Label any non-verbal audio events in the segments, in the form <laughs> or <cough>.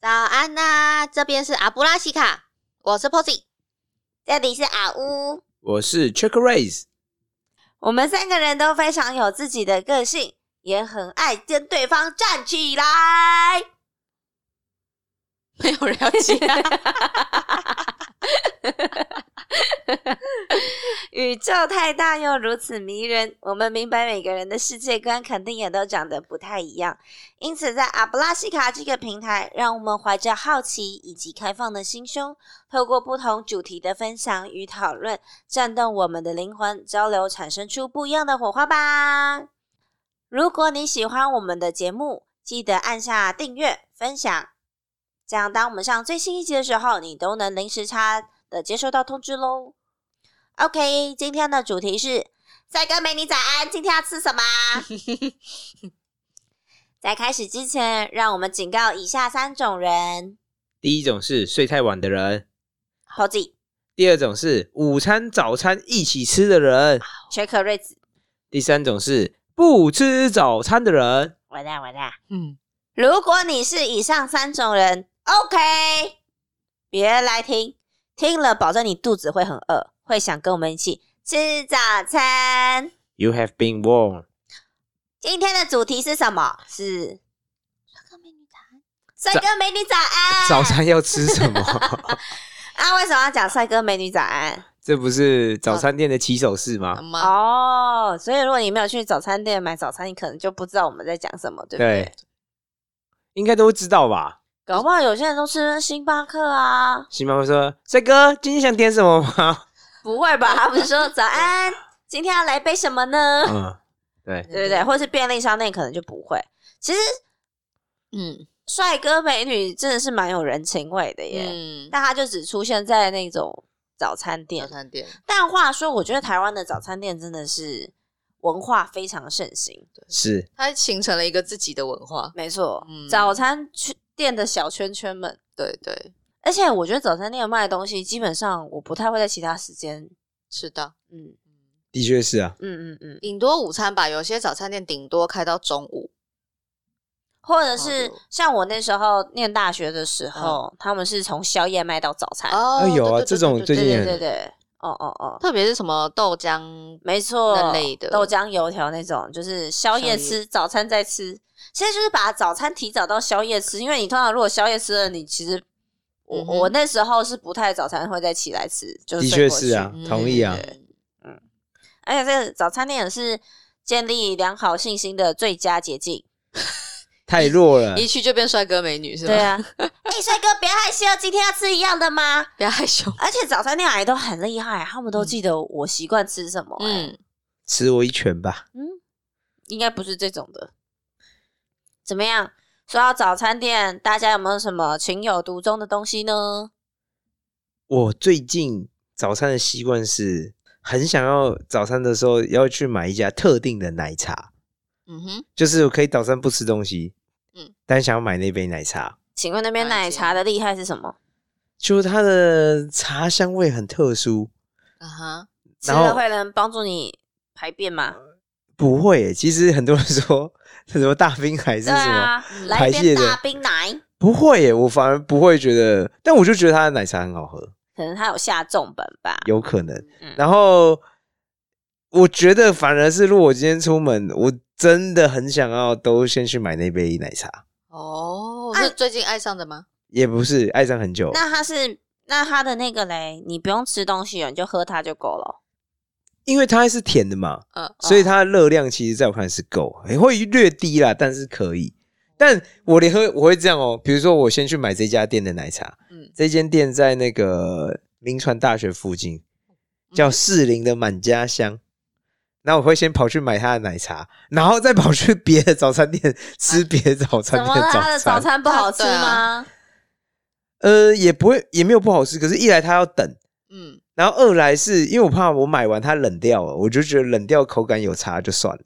早安呐、这边是阿布拉西卡，我是 Posy。这里是阿乌，我是 Check Raise，我们三个人都非常有自己的个性，也很爱跟对方站起来。 <laughs> 没有人要接、啊宇宙太大又如此迷人，我们明白每个人的世界观肯定也都长得不太一样。因此，在阿布拉西卡这个平台，让我们怀着好奇以及开放的心胸，透过不同主题的分享与讨论，战动我们的灵魂，交流产生出不一样的火花吧。如果你喜欢我们的节目，记得按下订阅、分享，这样当我们上最新一集的时候，你都能零时差的接收到通知喽。OK，今天的主题是帅哥美女早安，今天要吃什么？ <laughs> 在开始之前，让我们警告以下三种人：第一种是睡太晚的人，猴子、第二种是午餐、早餐一起吃的人，缺克瑞子。第三种是不吃早餐的人。完蛋完蛋！嗯，如果你是以上三种人，OK，别来听，听了保证你肚子会很饿，会想跟我们一起吃早餐。 You have been warned。今天的主题是什么？是帅哥美女早安。早餐要吃什么？ <laughs> 啊？为什么要讲帅哥美女早安？这不是早餐店的起手式吗？嗯妈，哦，所以如果你没有去早餐店买早餐，你可能就不知道我们在讲什么，对不对？对，应该都知道吧？搞不好有些人都吃星巴克啊，星巴克说：“帅哥，今天想点什么吗 <laughs> 不会吧？他们说早安，今天要来杯什么？”呢？嗯， <laughs> 对，对不对？或者是便利商店可能就不会。其实嗯帅哥美女真的是蛮有人情味的耶，嗯，但他就只出现在那种早餐早店。餐店但话说，我觉得台湾的早餐店真的是文化非常盛行。是它形成了一个自己的文化，没错，嗯早餐圈店的小圈圈们。对对，而且我觉得早餐店卖的东西，基本上我不太会在其他时间，是的，嗯的确是啊。嗯嗯嗯，顶多午餐吧，有些早餐店顶多开到中午，或者是哦对像我那时候念大学的时候，他们是从宵夜卖到早餐，哦哎有啊对对对这种对最对近对也对对，哦哦哦，特别是什么豆浆，没错那，类的豆浆油条那种，就是宵夜吃，早餐再吃，其实就是把早餐提早到宵夜吃，因为你通常如果宵夜吃了，你其实我、嗯哼我那时候是不太早餐会再起来吃，就的睡确过是去啊嗯同意啊对而且这个早餐店也是建立良好信心的最佳捷径。太弱了，一去就变帅哥美女是吧？对， <laughs> 啊， <laughs> 哎、帅哥，别害羞，今天要吃一样的吗？不要害羞，而且早餐店阿姨都很厉害，他们都嗯记得我习惯吃什么、嗯，嗯，吃我一拳吧！应该不是这种的。怎么样？说到早餐店，大家有没有什么情有独钟的东西呢？我最近早餐的习惯是，很想要早餐的时候要去买一家特定的奶茶，嗯哼，就是我可以早餐不吃东西，嗯嗯，但想要买那杯奶茶，请问那边奶茶的厉害是什么？就它的茶香味很特殊，啊哈，吃然后了会能帮助你排便吗？不会耶。其实很多人说什么大冰还是对什么，啊，嗯来一排泄杯的大冰奶，不会耶，我反而不会觉得，但我就觉得它的奶茶很好喝，可能它有下重本吧。有可能。嗯然后我觉得反而是，如果我今天出门，我真的很想要都先去买那杯奶茶。哦，啊是最近爱上的吗？也不是爱上很久，那它是那它的那个嘞，你不用吃东西了，你就喝它就够了。因为它是甜的嘛，嗯，哦所以它的热量其实在我看来是够，也会略低啦，但是可以。但我连喝我会这样哦，比如说我先去买这家店的奶茶，嗯这间店在那个明传大学附近，嗯叫士林的满家香。那我会先跑去买它的奶茶，然后再跑去别的早餐店吃别的早怎餐啊么店了？它的早早餐。餐不好吃对吗？啊呃，也不会，也没有不好吃，可是一来它要等，嗯，然后二来是因为我怕我买完它冷掉了，我就觉得冷掉口感有差就算了，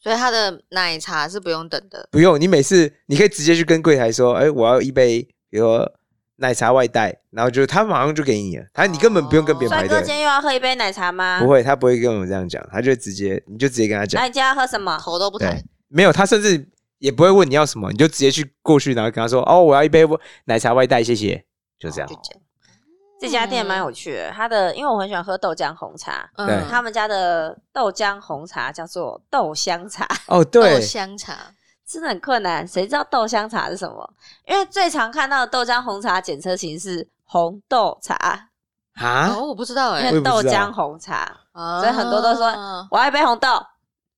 所以它的奶茶是不用等的，不用你每次你可以直接去跟柜台说，哎，我要一杯，比如说奶茶外带，然后就他马上就给你了，他你根本不用跟别人帅排哥队今，天又要哦喝一杯奶茶吗？不，会，他不哎会跟我这样讲，他就直接你就直接跟他那讲，你今天要喝什么？头都不对抬，，没有，他甚至也不会问你要什么，你就直接去过去，然后跟他说：“哦，我要一杯奶茶外带，谢谢。”就这样就。这样。这家店蛮有趣的，它的因为我很喜欢喝豆浆红茶，对他们家的豆浆红茶叫做豆香茶， <laughs> 哦，豆对，香茶，真的很困难，谁知道豆香茶是什么？因为最常看到的豆浆红茶简称型是红豆茶，啊，哦，我不知道因我哎也为不知道豆浆红茶，啊所以很多都说我要一杯红豆，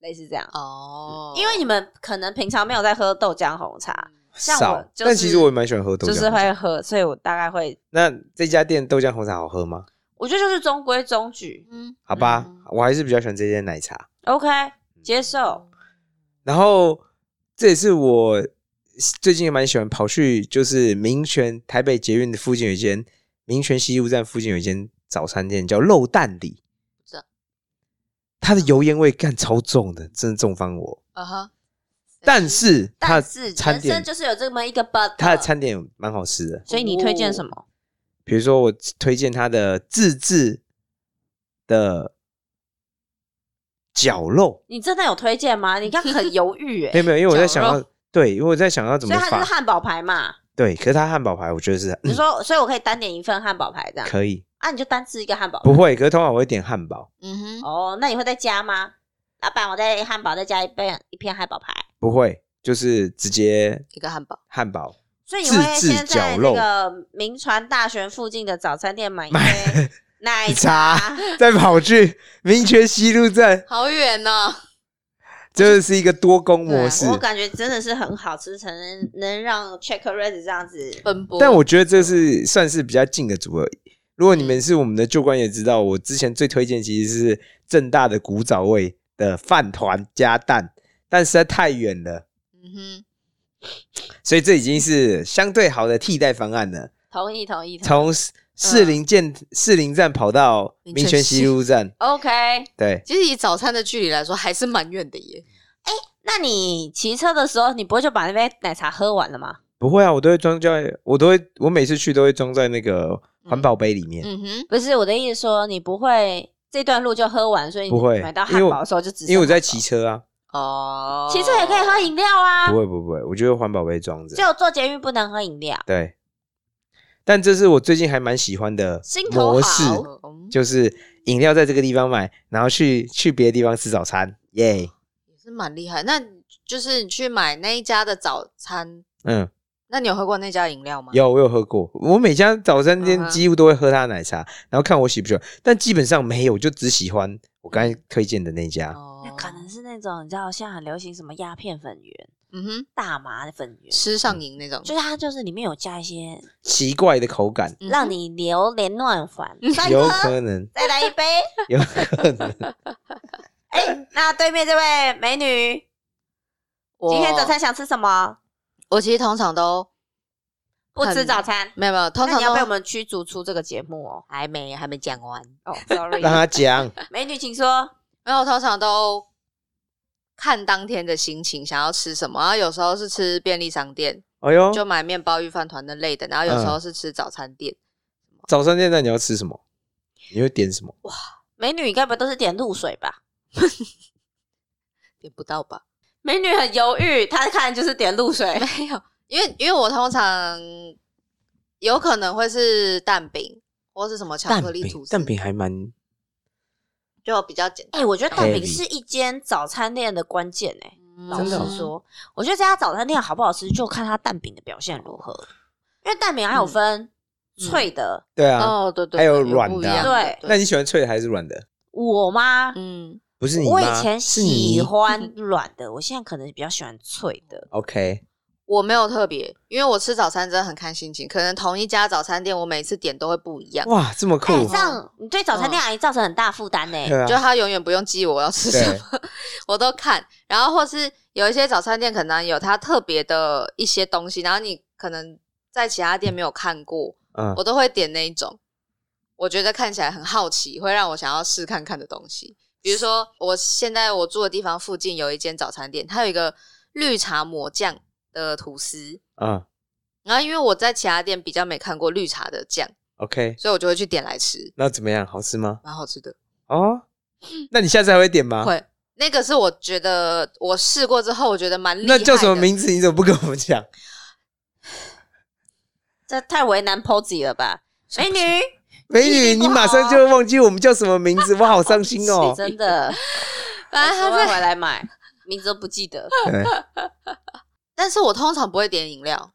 类似这样。哦，因为你们可能平常没有在喝豆浆红茶，像我少。就是但其实我也蛮喜欢喝豆就浆。是会喝，所以我大概会，那这家店豆浆红茶好喝吗？我觉得就是中规中矩嗯，好吧嗯，我还是比较喜欢这间奶茶。 ，OK，接受。然后这也是我最近也蛮喜欢跑去，就是民权台北捷运的附近有一间民权西路站附近有一间早餐店叫肉蛋里知道，它的油烟味干超重的，真的重翻我。啊哈，但是它但的是餐人生点，就是有嗯这么一个 but，它的，餐点蛮好吃的。所以你推荐什么？比如说我推荐它的自制的绞肉，你真的有推荐 <laughs> 吗？你刚刚很犹豫哎、没有没有，因为我在想绞要对，因为我在想要怎所么以它就是发汉堡排嘛。对，可是它汉堡排我觉得是你说，所以我可以单点一份汉堡排这样可以。啊？你就单吃一个汉堡排不会，可是通常我会点汉堡，嗯哼，哦？那你会再加吗？老板，我在汉堡再加一片一片汉堡排。不会，就是直接一个汉堡，汉堡所以你会自制先在那绞肉个民传大学附近的早餐店买一杯买 <laughs> 奶茶，再跑去民权西路站，好远哦呢，真的是一个多工模式。我感觉真的是很好吃，才能能让 Check Red 这样子。奔波。但我觉得这是算是比较近的组合。如果你嗯们是我们的旧官，也知道我之前最推荐其实是正大的古早味的饭团加蛋，但实在太远了，嗯所以这已经是相对好的替代方案了。同意，同意，同意。从士士林建士林站跑到民民权权西西路站， OK，对哼，，其实以早餐的距离来说，还是蛮远的耶。那你骑车的时候，你不会就把那杯奶茶喝完了吗？不会啊，我都会装在，我都会，我每次去都会装在那个环保杯里面。嗯哼，不是我的意思说，你不会这段路就喝完，所以你不会买到因为汉我堡的时候就只因为我在剩骑车啊，哦，汉堡，骑车也可以喝饮料啊不，会不会，我就会环保杯装着只。有坐捷运不能喝饮料。对，但这是我最近还蛮喜欢的心头模式，好嗯，就是饮料在这个地方买，然后去去别的地方吃早餐，耶、也是蛮厉害。那就是你去买那一家的早餐，嗯，那你有喝过那家饮料吗？，有我有喝过，我每家早餐嗯店哼几乎都会喝他的奶茶，然后看我喜不喜欢，但基本上没有，就只喜欢我刚才推荐的那家。哦那可能是那种你知道，现在很流行什么鸦片粉圆、嗯哼，大麻的粉圆，吃上瘾那种，就是它就是里面有加一些奇怪的口感，嗯哼让你流连忘返。三嗯有哥，可能，再来一杯。有可 <laughs> 能。那对面这位美女，我今天早餐想吃什么？我其实通常都不吃很早餐。没有没有，通那常你要都被我们驱逐出这个节目哦。还没还没讲完，哦让，sorry，他讲。美女，请说。没有，通常都看当天的心情，想要吃什么。然后有时候是吃便利商店，哎呦，就买面包、鱼饭团那类的。然后有时候嗯是吃早餐店，早餐店那你要吃什么？你会点什么？美女该不会都是点露水吧？点不到吧？美女很犹豫，她看就是点露 <laughs> 水。 <laughs> 没有，因为因为我通常有可能会是蛋饼或是什么巧克力吐司，蛋饼还蛮……就比较简单。哎，我觉得蛋饼 Heavy 是一间早餐店的关键哎。嗯老真实的哦说，我觉得这家早餐店好不好吃，就看它蛋饼的表现如何。因为蛋饼还有分嗯脆的，对啊，哦，对对，还有对软的不一样啊那你喜欢脆的还是软的？我吗？嗯，不是你吗，我以前是你喜欢软的，我现在可能比较喜欢脆的。 OK，我没有特别，因为我吃早餐真的很看心情，可能同一家早餐店我每次点都会不一样，哇，这么酷哎、，这样你对早餐店阿姨造成很大负担呢。欸对就啊，他永远不用记我要吃什么， <laughs> 我都看。然后或是有一些早餐店可能有它特别的一些东西，然后你可能在其他店没有看过，嗯我，都会点那一种，我觉得看起来很好奇，会让我想要试看看的东西。比如说，我现在我住的地方附近有一间早餐店，它有一个绿茶抹酱的吐司，嗯然后因为我在其他店比较没看过绿茶的酱， ，OK，所以我就会去点来吃，那怎么样？好吃吗？蛮好吃的。嗯哦，那你下次还会点吗？会，那个是我觉得我试过之后，我觉得蛮厉害那的叫什么？名字？你怎么不跟我们 <laughs> 讲？这太为难 Posy 了吧？美女，美女，你马上就会忘记我们叫什么名 <laughs> 字，我好伤心 <laughs> 哦。真 <laughs> 的，反正我他会在，回来买，名字都不记得。 <laughs> 对，但是我通常不会点饮料，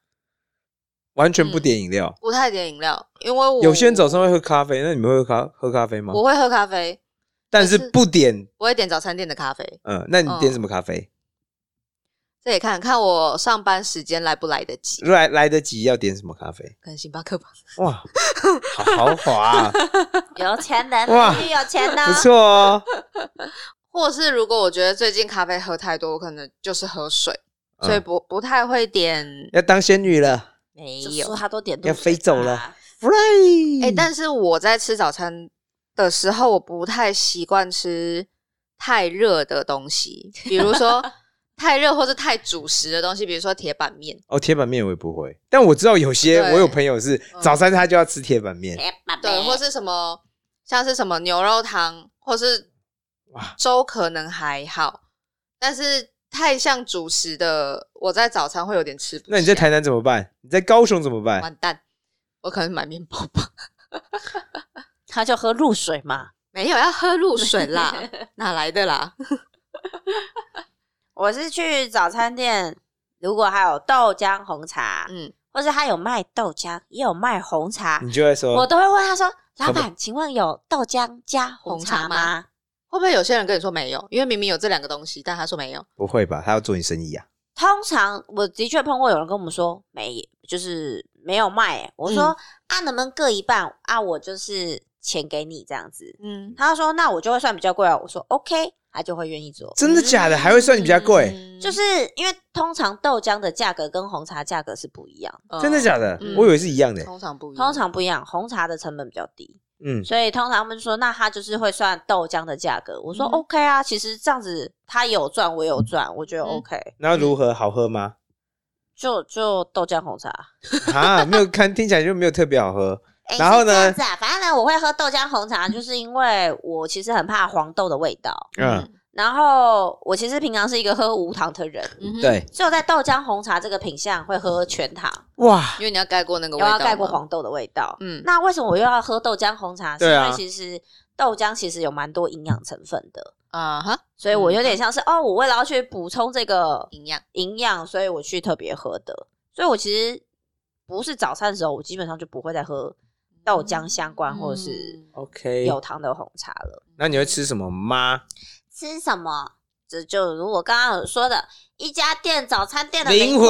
完全不点饮料。不太点饮料，因为我有些人早上会喝咖啡，那你们会喝咖喝咖啡吗？嗯我会喝咖啡，但是可是不点，不会点早餐店的咖啡。嗯，那你点什么咖啡？这也看看我上班时间来不来得及，来来得及要点什么咖啡？可能星巴克吧。 <laughs> 哇，好豪华、啊，有钱人，哇美女有钱呢、不错哦。或是如果我觉得最近咖啡喝太多，我可能就是喝水，所以嗯不不太会点。要当仙女了没就说他都点要飞走了。，fly。哎、但是我在吃早餐的时候，我不太习惯吃太热的东西，比如 <laughs> 说太热或是太主食的东西，比如说铁板面。哦，铁板面我也不会，但我知道有些对嗯我有朋友是早餐他就要吃铁板面，哎对，或是什么像是什么牛肉汤，或是哇粥可能还好，但是太像主食的，我在早餐会有点吃不下。那你在台南怎么办？你在高雄怎么办？完蛋，我可能买面包吧。 <laughs> 他就喝露水嘛。没有要喝露水啦， <laughs> 哪来的啦？ <laughs> 我是去早餐店，如果还有豆浆红茶，嗯，或是他有卖豆浆，也有卖红茶，你就会我说都会问他说：“嗯老不板，请问有豆浆加红茶红茶吗吗会不会有些人跟你说没有？因为明明有这两个东西，但他说没有。不会吧？他要做你生意啊？？”通常我的确碰过有人跟我们说没，就是没有卖、欸。我说、啊，能不能各一半啊？我就是钱给你这样子。嗯，他就说那我就会算比较贵哦。我说 OK，他就会愿意做。真的假嗯的？还会算你比较贵？嗯就是因为通常豆浆的价格跟红茶价格是不一样，真的假的嗯？我以为是一样的。通常不一样，通常不一样，红茶的成本比较低，嗯，所以通常他们说，那他就是会算豆浆的价格。我说嗯 OK 啊，其实这样子他有赚，我有赚，我觉得 OK，、那如何好喝吗？就就豆浆红茶。嗯啊，没有看，听起来就没有特别好喝。诶然后呢是这样子啊，反正呢，我会喝豆浆红茶，就是因为我其实很怕黄豆的味道。嗯，然后我其实平常是一个喝无糖的人，嗯哼，对，所以我在豆浆红茶这个品相会喝全糖，哇，因为你要盖过那个又味道，要盖过，黄豆的味道。嗯，那为什么我又要喝豆浆红茶？是对因啊为其实豆浆其实有蛮多营养成分的，啊哈，所以我有点像是、哦，我为了要去补充这个营养，营养，所以我去特别喝的。所以我其实不是早餐的时候，我基本上就不会再喝豆浆相关或者是嗯 OK，有糖的红茶了。那你会吃什么吗？吃什么？这就如我刚刚有说的，一家店早餐店的灵灵魂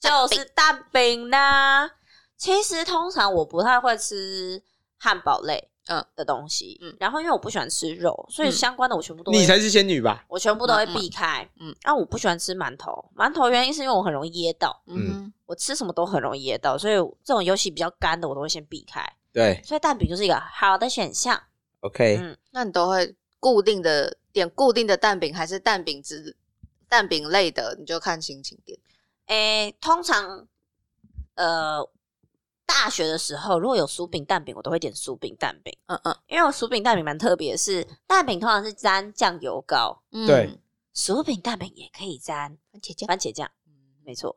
就是蛋饼啦。其实通常我不太会吃汉堡类嗯的东西，嗯然后因为我不喜欢吃肉，所以嗯相关的我全部都会你才是仙女吧？我全部都会嗯嗯避开。嗯嗯，啊，我不喜欢吃馒头，馒头原因是因为我很容易噎到，嗯我吃什么都很容易噎到，所以这种尤其比较干的我都会先避开。对所以蛋饼就是一个好的选项。 ，OK，嗯，那你都会固定的点固定的蛋饼，还是蛋饼之蛋饼类的？你就看心情点。诶、通常呃，大学的时候如果有酥饼蛋饼，我都会点酥饼蛋饼，嗯嗯因为我酥饼蛋饼蛮特别的是，蛋饼通常是沾酱油膏，嗯对，酥饼蛋饼也可以沾番茄酱，番茄酱。没错，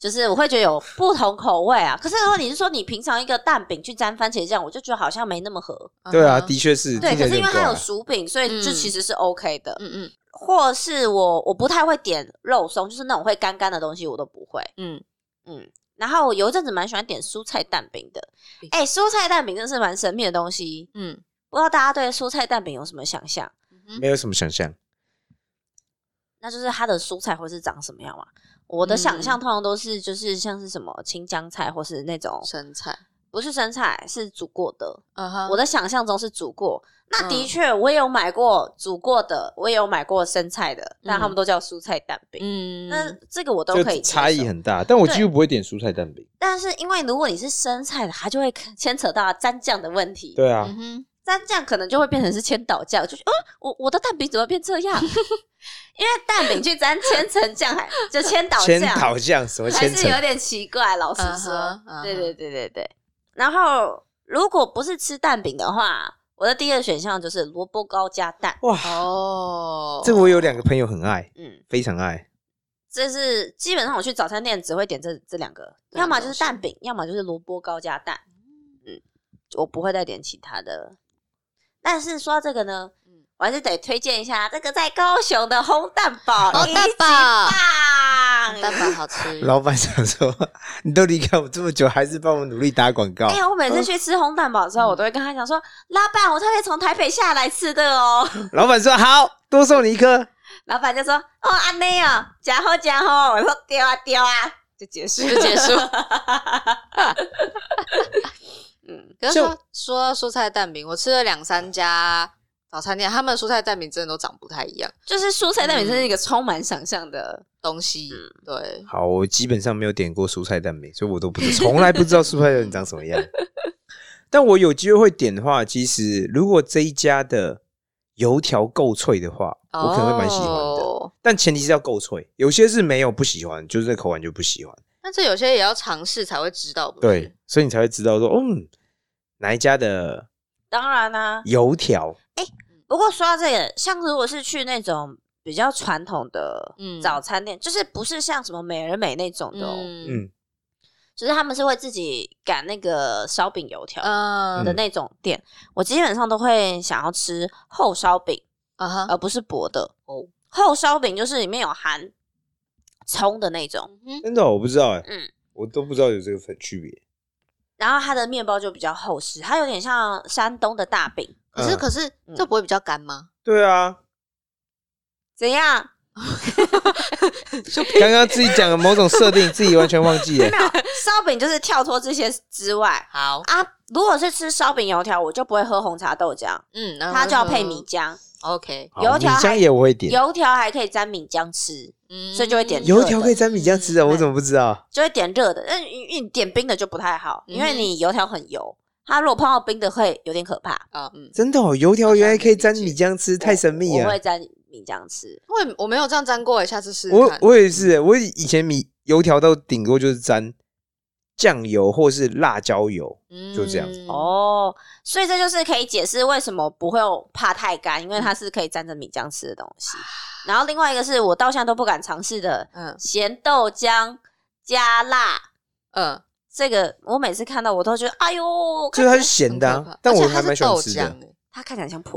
就是我会觉得有不同口味啊。可是如果你是说你平常一个蛋饼去沾番茄酱，我就觉得好像没那么合。对啊，嗯哼的确是，对，听可起来是因为很怪它有啊。薯饼，所以就嗯其实是 OK 的。嗯嗯或是我我不太会点肉松，就是那种会干干的东西，我都不会。嗯，嗯，然后我有一阵子蛮喜欢点蔬菜蛋饼的。哎、蔬菜蛋饼真是蛮神秘的东西，嗯不知道大家对蔬菜蛋饼有什么想象？嗯没有什么想象，那就是它的蔬菜会是长什么样嘛？我的想嗯象通常都是就是像是什么青江菜，或是那种生菜，不是生菜，是煮过的。嗯哼，我的想象中是煮过，那的嗯确我也有买过煮过的，我也有买过生菜的，但他嗯们都叫蔬菜蛋饼。嗯那这个我都可以接就差异受，很大。但我对几乎不会点蔬菜蛋饼。但是因为如果你是生菜的，它就会 <laughs> 牵扯到蘸酱的问题。对啊嗯，哼蘸酱可能就会变成是千岛酱，就是啊，我我的蛋饼怎么变这 <laughs> 样？因为蛋饼去沾千层酱，还就千岛千酱，岛酱什么还千是层有点奇怪。老实嗯说哼嗯哼对对对对对。然后如果不是吃蛋饼的话，我的第二选项就是萝卜糕加蛋。哇，哦，这我有两个朋友很爱，嗯，非常爱。这是基本上我去早餐店只会点这这两个，对啊要么就是蛋饼，要么就是萝卜糕加蛋。嗯，我不会再点其他的。但是说到这个呢嗯，我还是得推荐一下这个在高雄的烘蛋堡，哦一蛋级堡棒 <laughs> 蛋堡好吃。老板想说， <laughs> 你都离开我这么久，还是帮我努力打广告哎、，呀，我每次去吃烘蛋堡之后，嗯我都会跟他讲说：“老板，我特别从台北下来吃的哦。 <laughs> 老板说好，多送你一颗。”老板就说：“哦，安内哦，加好加好。”我说：“丢啊丢啊！”就结束，就结束。 <laughs> 嗯，可是就说说到蔬菜蛋饼，我吃了两三家早餐店，他们的蔬菜蛋饼真的都长不太一样就是蔬菜蛋饼真是一个充满想象的。东西。嗯对，好，我基本上没有点过蔬菜蛋饼，所以我都不知，从来不知道蔬菜蛋饼长什么样。 <laughs> 但我有机会会点的话，其实如果这一家的油条够脆的话，我可能会蛮喜欢的。哦但前提是要够脆，有些是没有不喜欢，就是那口感就不喜欢。但这有些也要尝试才会知道，不是对，，所以你才会知道说，嗯，哪一家的当然啦、油条嗯不过说到这个，像如果是去那种比较传统的嗯早餐店，就是不是像什么美人美那种的、哦，嗯嗯就是他们是会自己擀那个烧饼油条嗯的那种店，我基本上都会想要吃厚烧饼。啊哈，而不是薄的哦。厚烧饼就是里面有含葱的那种，嗯真的哦、我不知道哎、嗯我都不知道有这个分区别。然后它的面包就比较厚实，它有点像山东的大饼。可是嗯可是嗯这不会比较干吗？对啊，怎样？刚刚自己讲的某种设定，自己完全忘记了。烧饼就是跳脱这些之外好，啊。如果是吃烧饼油条，我就不会喝红茶豆浆，嗯，然后它就要配米浆。 ，OK，好油条米还浆也我会点，油条还可以沾米浆吃，嗯所以就会点油条可以沾米浆吃啊，嗯我怎么不知道？就会点热的。但因为你点冰的就不太好，因为嗯你油条很油，它如果碰到冰的会有点可怕。啊，嗯，真的哦，油条原来可以沾米浆吃，太神秘我了会。沾米浆吃。我也我没有这样沾过欸，下次试试我看。我也是，我以前米油条都顶多就是沾酱油或是辣椒油，就这样子嗯，哦，所以这就是可以解释为什么不会有怕太干，因为嗯它是可以沾着米浆吃的东西。然后另外一个是我到现在都不敢尝试的嗯咸豆浆加辣，嗯，这个我每次看到我都觉得，哎呦，就看是它起是来咸的很可啊怕，但我而且它还是蛮喜欢豆吃浆的。欸它看起来像盆，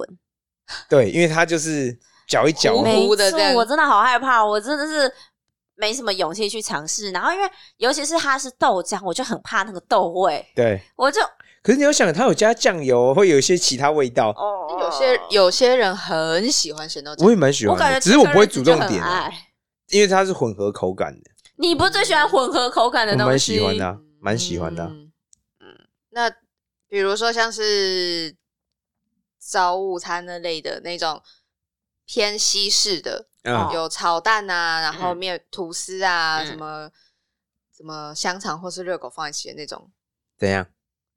对，因为它就是搅一搅啊糊，哦没糊的错这样我真的好害怕，我真的是。没什么勇气去尝试，然后因为尤其是它是豆浆，我就很怕那个豆味，对。我就可是你要想，它有加酱油，会有一些其他味道，哦，有些有些人很喜欢咸豆浆，我也蛮喜我欢感的。觉只是我不会主动 Taylor 就点很啊，爱因为它是混合口感的，你不是最喜欢混合口感的我东西？蛮喜欢的啊，蛮喜欢的啊。嗯，那比如说像是早午餐那类的那种偏西式的，嗯，有炒蛋啊，然后嗯面吐司啊，嗯什么什么香肠或是热狗放一起的那种，怎样？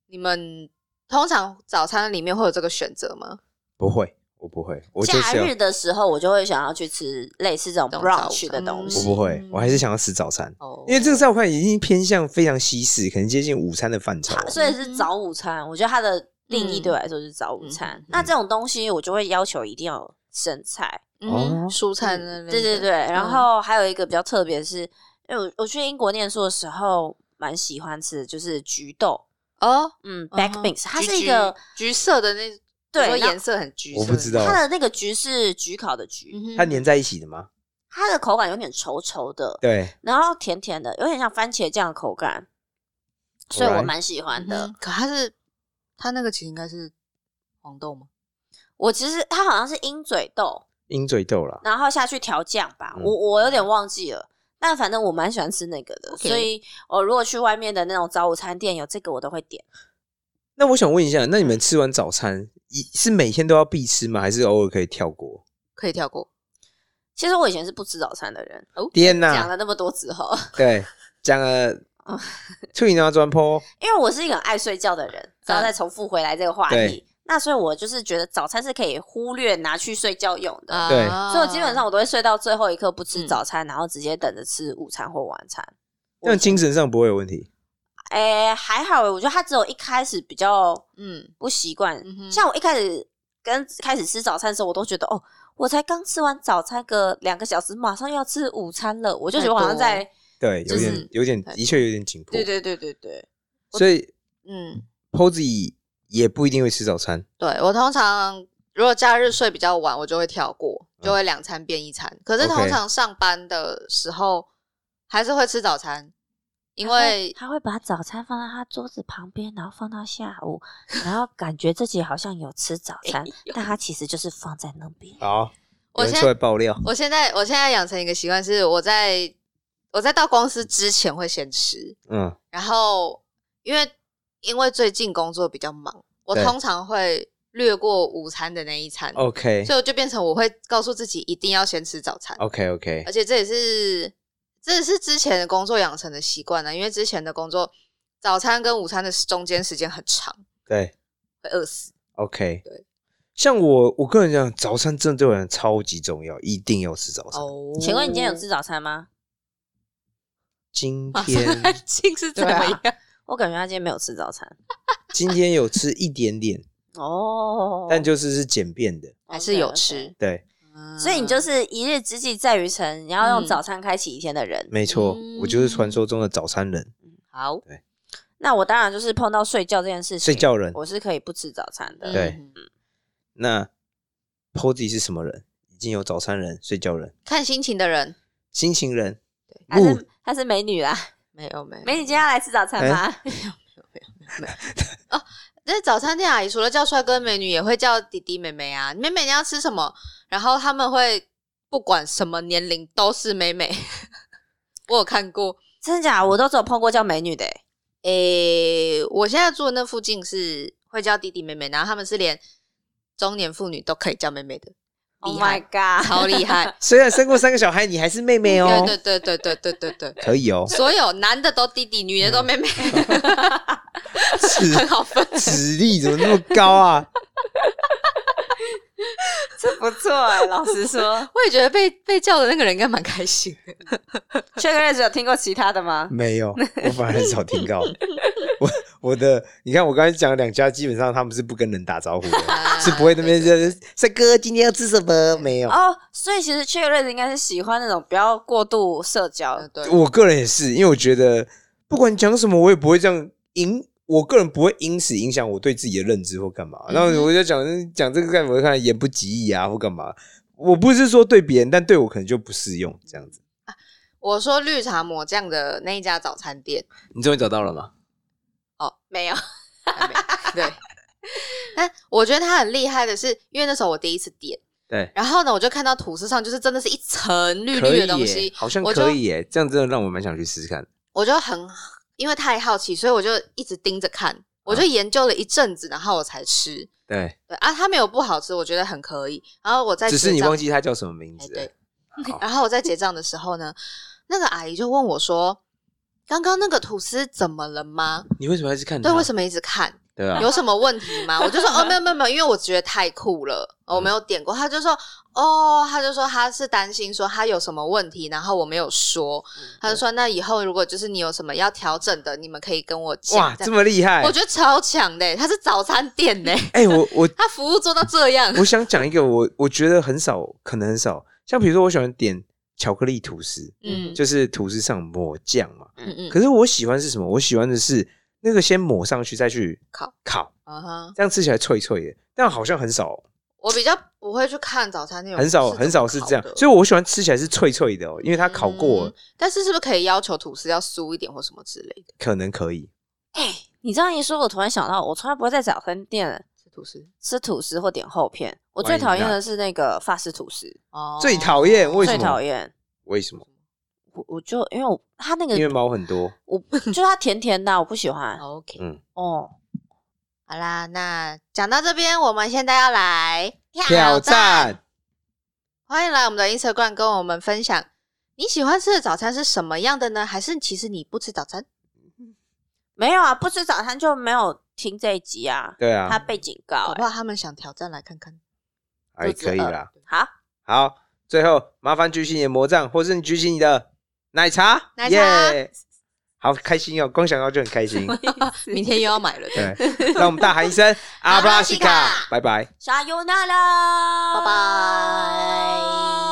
你们通常早餐里面会有这个选择吗？不会，我不会，我就假是要日的时候，我就会想要去吃类似这种这种早 brunch 的餐东我西。不会嗯，我还是想要吃早餐，哦嗯因为这个在我看来已经偏向非常西式，可能接近午餐的范畴。所以是早午餐，我觉得它的定义嗯对我来说是早午餐。嗯那这种东西，我就会要求一定要有生菜。嗯哦蔬菜那类的，嗯对对对，然后还有一个比较特别的是，因为我我去英国念书的时候，蛮喜欢吃的就是橘豆，哦嗯，back 嗯哼 beans，它橘是一个橘橘色的那，对我说那颜色很橘色，我不知道它的那个橘是橘烤的橘，嗯哼，它粘在一起的吗？它的口感有点稠稠的，对，然后甜甜的，有点像番茄酱的口感，所以我 Alright 蛮喜欢的。嗯哼可它是它那个其实应该是黄豆吗？我其实它好像是鹰嘴豆，鹰嘴豆啦。然后下去调酱吧，嗯我我有点忘记了。但反正我蛮喜欢吃那个的 OK 所以我如果去外面的那种早午餐店有这个，我都会点。那我想问一下，那你们吃完早餐，一是每天都要必吃吗？还是偶尔可以跳过？可以跳过。其实我以前是不吃早餐的人，天嗯讲呐，了那么多之后，对，讲了，翠拿砖坡，因为 <laughs> 我是一个很爱睡觉的人，然嗯后再重复回来这个话题对，那所以我就是觉得早餐是可以忽略拿去睡觉用的，对啊所以我基本上我都会睡到最后一刻不吃嗯早餐，然后直接等着吃午餐或晚餐。但精神上不会有问题。哎，还好欸，我觉得他只有一开始比较嗯，不习惯嗯。哼像我一开始跟开始吃早餐的时候，我都觉得哦，我才刚吃完早餐个两个小时，马上要吃午餐了，我就觉得我好像太在对，有就是点有点，的确有点紧迫。对对对对对，所以嗯， Posy 也不一定会吃早餐，对我通常如果假日睡比较晚，我就会跳过，嗯就会两餐变一餐。可是 OK 通常上班的时候还是会吃早餐，因啊为他会他会把早餐放到他桌子旁边，然后放到下午，然 <laughs> 后感觉自己好像有吃早餐，但他其实就是放在那边。好，有我人现出来在爆料，我现在我现在养成一个习惯是，我在我在到公司之前会先吃，嗯，然后因为因为最近工作比较忙，我对哦通常会略过午餐的那一餐， OK 所以我就变成我会告诉自己一定要先吃早餐， OK OK，而且这也是这也是之前的工作养成的习惯呢，啊因为之前的工作早餐跟午餐的中间时间很长，对会饿死。 OK，对像我我个人讲，早餐真的对我来讲超级重要，一定要吃早餐。哦请问你今天有吃早餐吗？今马上天安 <laughs> 静是怎么对样啊？我感觉他今天没有吃早餐今天有吃一点点，哦，但就是是简便的，还是有吃，对，所以你就是是一日之计在于晨，你要用嗯早餐开启一天的人。没错，我就是传嗯说中的早餐人，好那我当然就是碰到睡觉这件事情，睡觉人。我是可以不吃早餐的。对嗯那 Posy 是什么人？已经有早餐人、睡觉人、看心情的人心情人，她是她是美 <laughs> 女啦，没有没有美女今天要来吃早餐哎吗？ <laughs> 那早餐店阿姨除了叫帅哥美女，也会叫弟弟妹妹啊。妹妹你要吃什么？然后他们会不管什么年龄都是妹妹。 <laughs> 我有看过，真的假的？我都只有碰过叫美女的、欸，诶、我现在住的那附近是会叫弟弟妹妹，然后他们是连中年妇女都可以叫妹妹的， Oh 厉 my 害 god！超厉害。虽然生过三个小孩，你还是妹妹哦，嗯对对对对对对对对，可以哦，所有男的都弟弟，女嗯的都妹妹，指 <laughs> 很好分。 <laughs> <laughs> 指力怎么那么高啊？这不错哎、老实说我也觉得被被叫的那个人应该蛮开心的。 <laughs> ，Check r a e 有听过其他的吗？ <laughs> 没有，我反而很少听 <laughs> 到。我我的，你看我刚才讲的两家，基本上他们是不跟人打招呼的，<laughs> <laughs> 是不会那边就是帅哥今天要吃什么？没有，哦，所以其实 Check r a e 应该是喜欢那种不要过度社交。啊。对，我个人也是，因为我觉得不管讲什么，我也不会这样影，我个人不会因此影响我对自己的认知或干嘛。嗯然后我就讲讲这个干嘛，我看言不及义啊或干嘛。我不是说对别人，但对我可能就不适用这样子。我说绿茶抹酱的那一家早餐店。你终于找到了吗？哦，没有，还没对。但我觉得它很厉害的是，因为那时候我第一次点，对，然后呢，我就看到吐司上就是真的是一层绿可绿以的东西耶，，好像我就可以耶，这样真的让我蛮想去试试看。我就很因为太好奇，所以我就一直盯着看，我嗯就研究了一阵子，然后我才吃。对，对啊，它没有不好吃，我觉得很可以。然后我在只是结你账忘记它叫什么名字欸哎了对。然后我在结账的时候呢，那个阿姨就问我说：“刚刚那个吐司怎么了吗？你为什么要去看它？对，为什么一直看？”对 <laughs> 吧？有什么问题吗？我就说哦，没有没有没有，因为我觉得太酷了，嗯哦我没有点过。他就说哦，他就说他是担心说他有什么问题，然后我没有说，嗯他就说那以后如果就是你有什么要调整的，你们可以跟我讲。哇，这这样么厉害！我觉得超强的，他是早餐店 <laughs> 呢，哎、我我他服务做到这样，我想讲一个我我觉得很少，可能很少，像比如说我喜欢点巧克力吐司，嗯就是吐司上抹酱嘛。嗯嗯，可是我喜欢是什么？我喜欢的是那个先抹上去再去烤烤，啊哈，这样吃起来脆脆的。但好像很少我比较不会去看早餐店，很少我不很少是这样怎么烤，的所以我喜欢吃起来是脆脆的哦，因为它烤过了嗯但是是不是可以要求吐司要酥一点或什么之类的？可能可以。哎、你这样一说，我突然想到，我从来不会在早餐店是吐司吃吐司或点厚片，我 Why 最讨厌 not？的是那个法式吐司，哦最讨厌为什最么讨厌。为什么？我我就因为我它那个因为毛很多。我就它甜甜的，我不喜欢。 OK，哦，好啦，那讲到这边，我们现在要来挑战，欢迎来我们的 Instagram 跟我们分享你喜欢吃的早餐是什么样的呢？还是其实你不吃早餐？没有啊，不吃早餐就没有听这一集啊。对他啊，被警告、搞不欸。好他们想挑战来看看。还哎可以 <laughs> 啦。好，好，最后麻烦举起你的魔杖，或是你举起你的奶茶，奶茶耶好开心哦，光想到就很开 <laughs> 心。明天又要买了，对，那我们大喊一 <laughs> 声阿布拉西阿布拉卡西卡，拜拜。沙尤那拉，拜拜。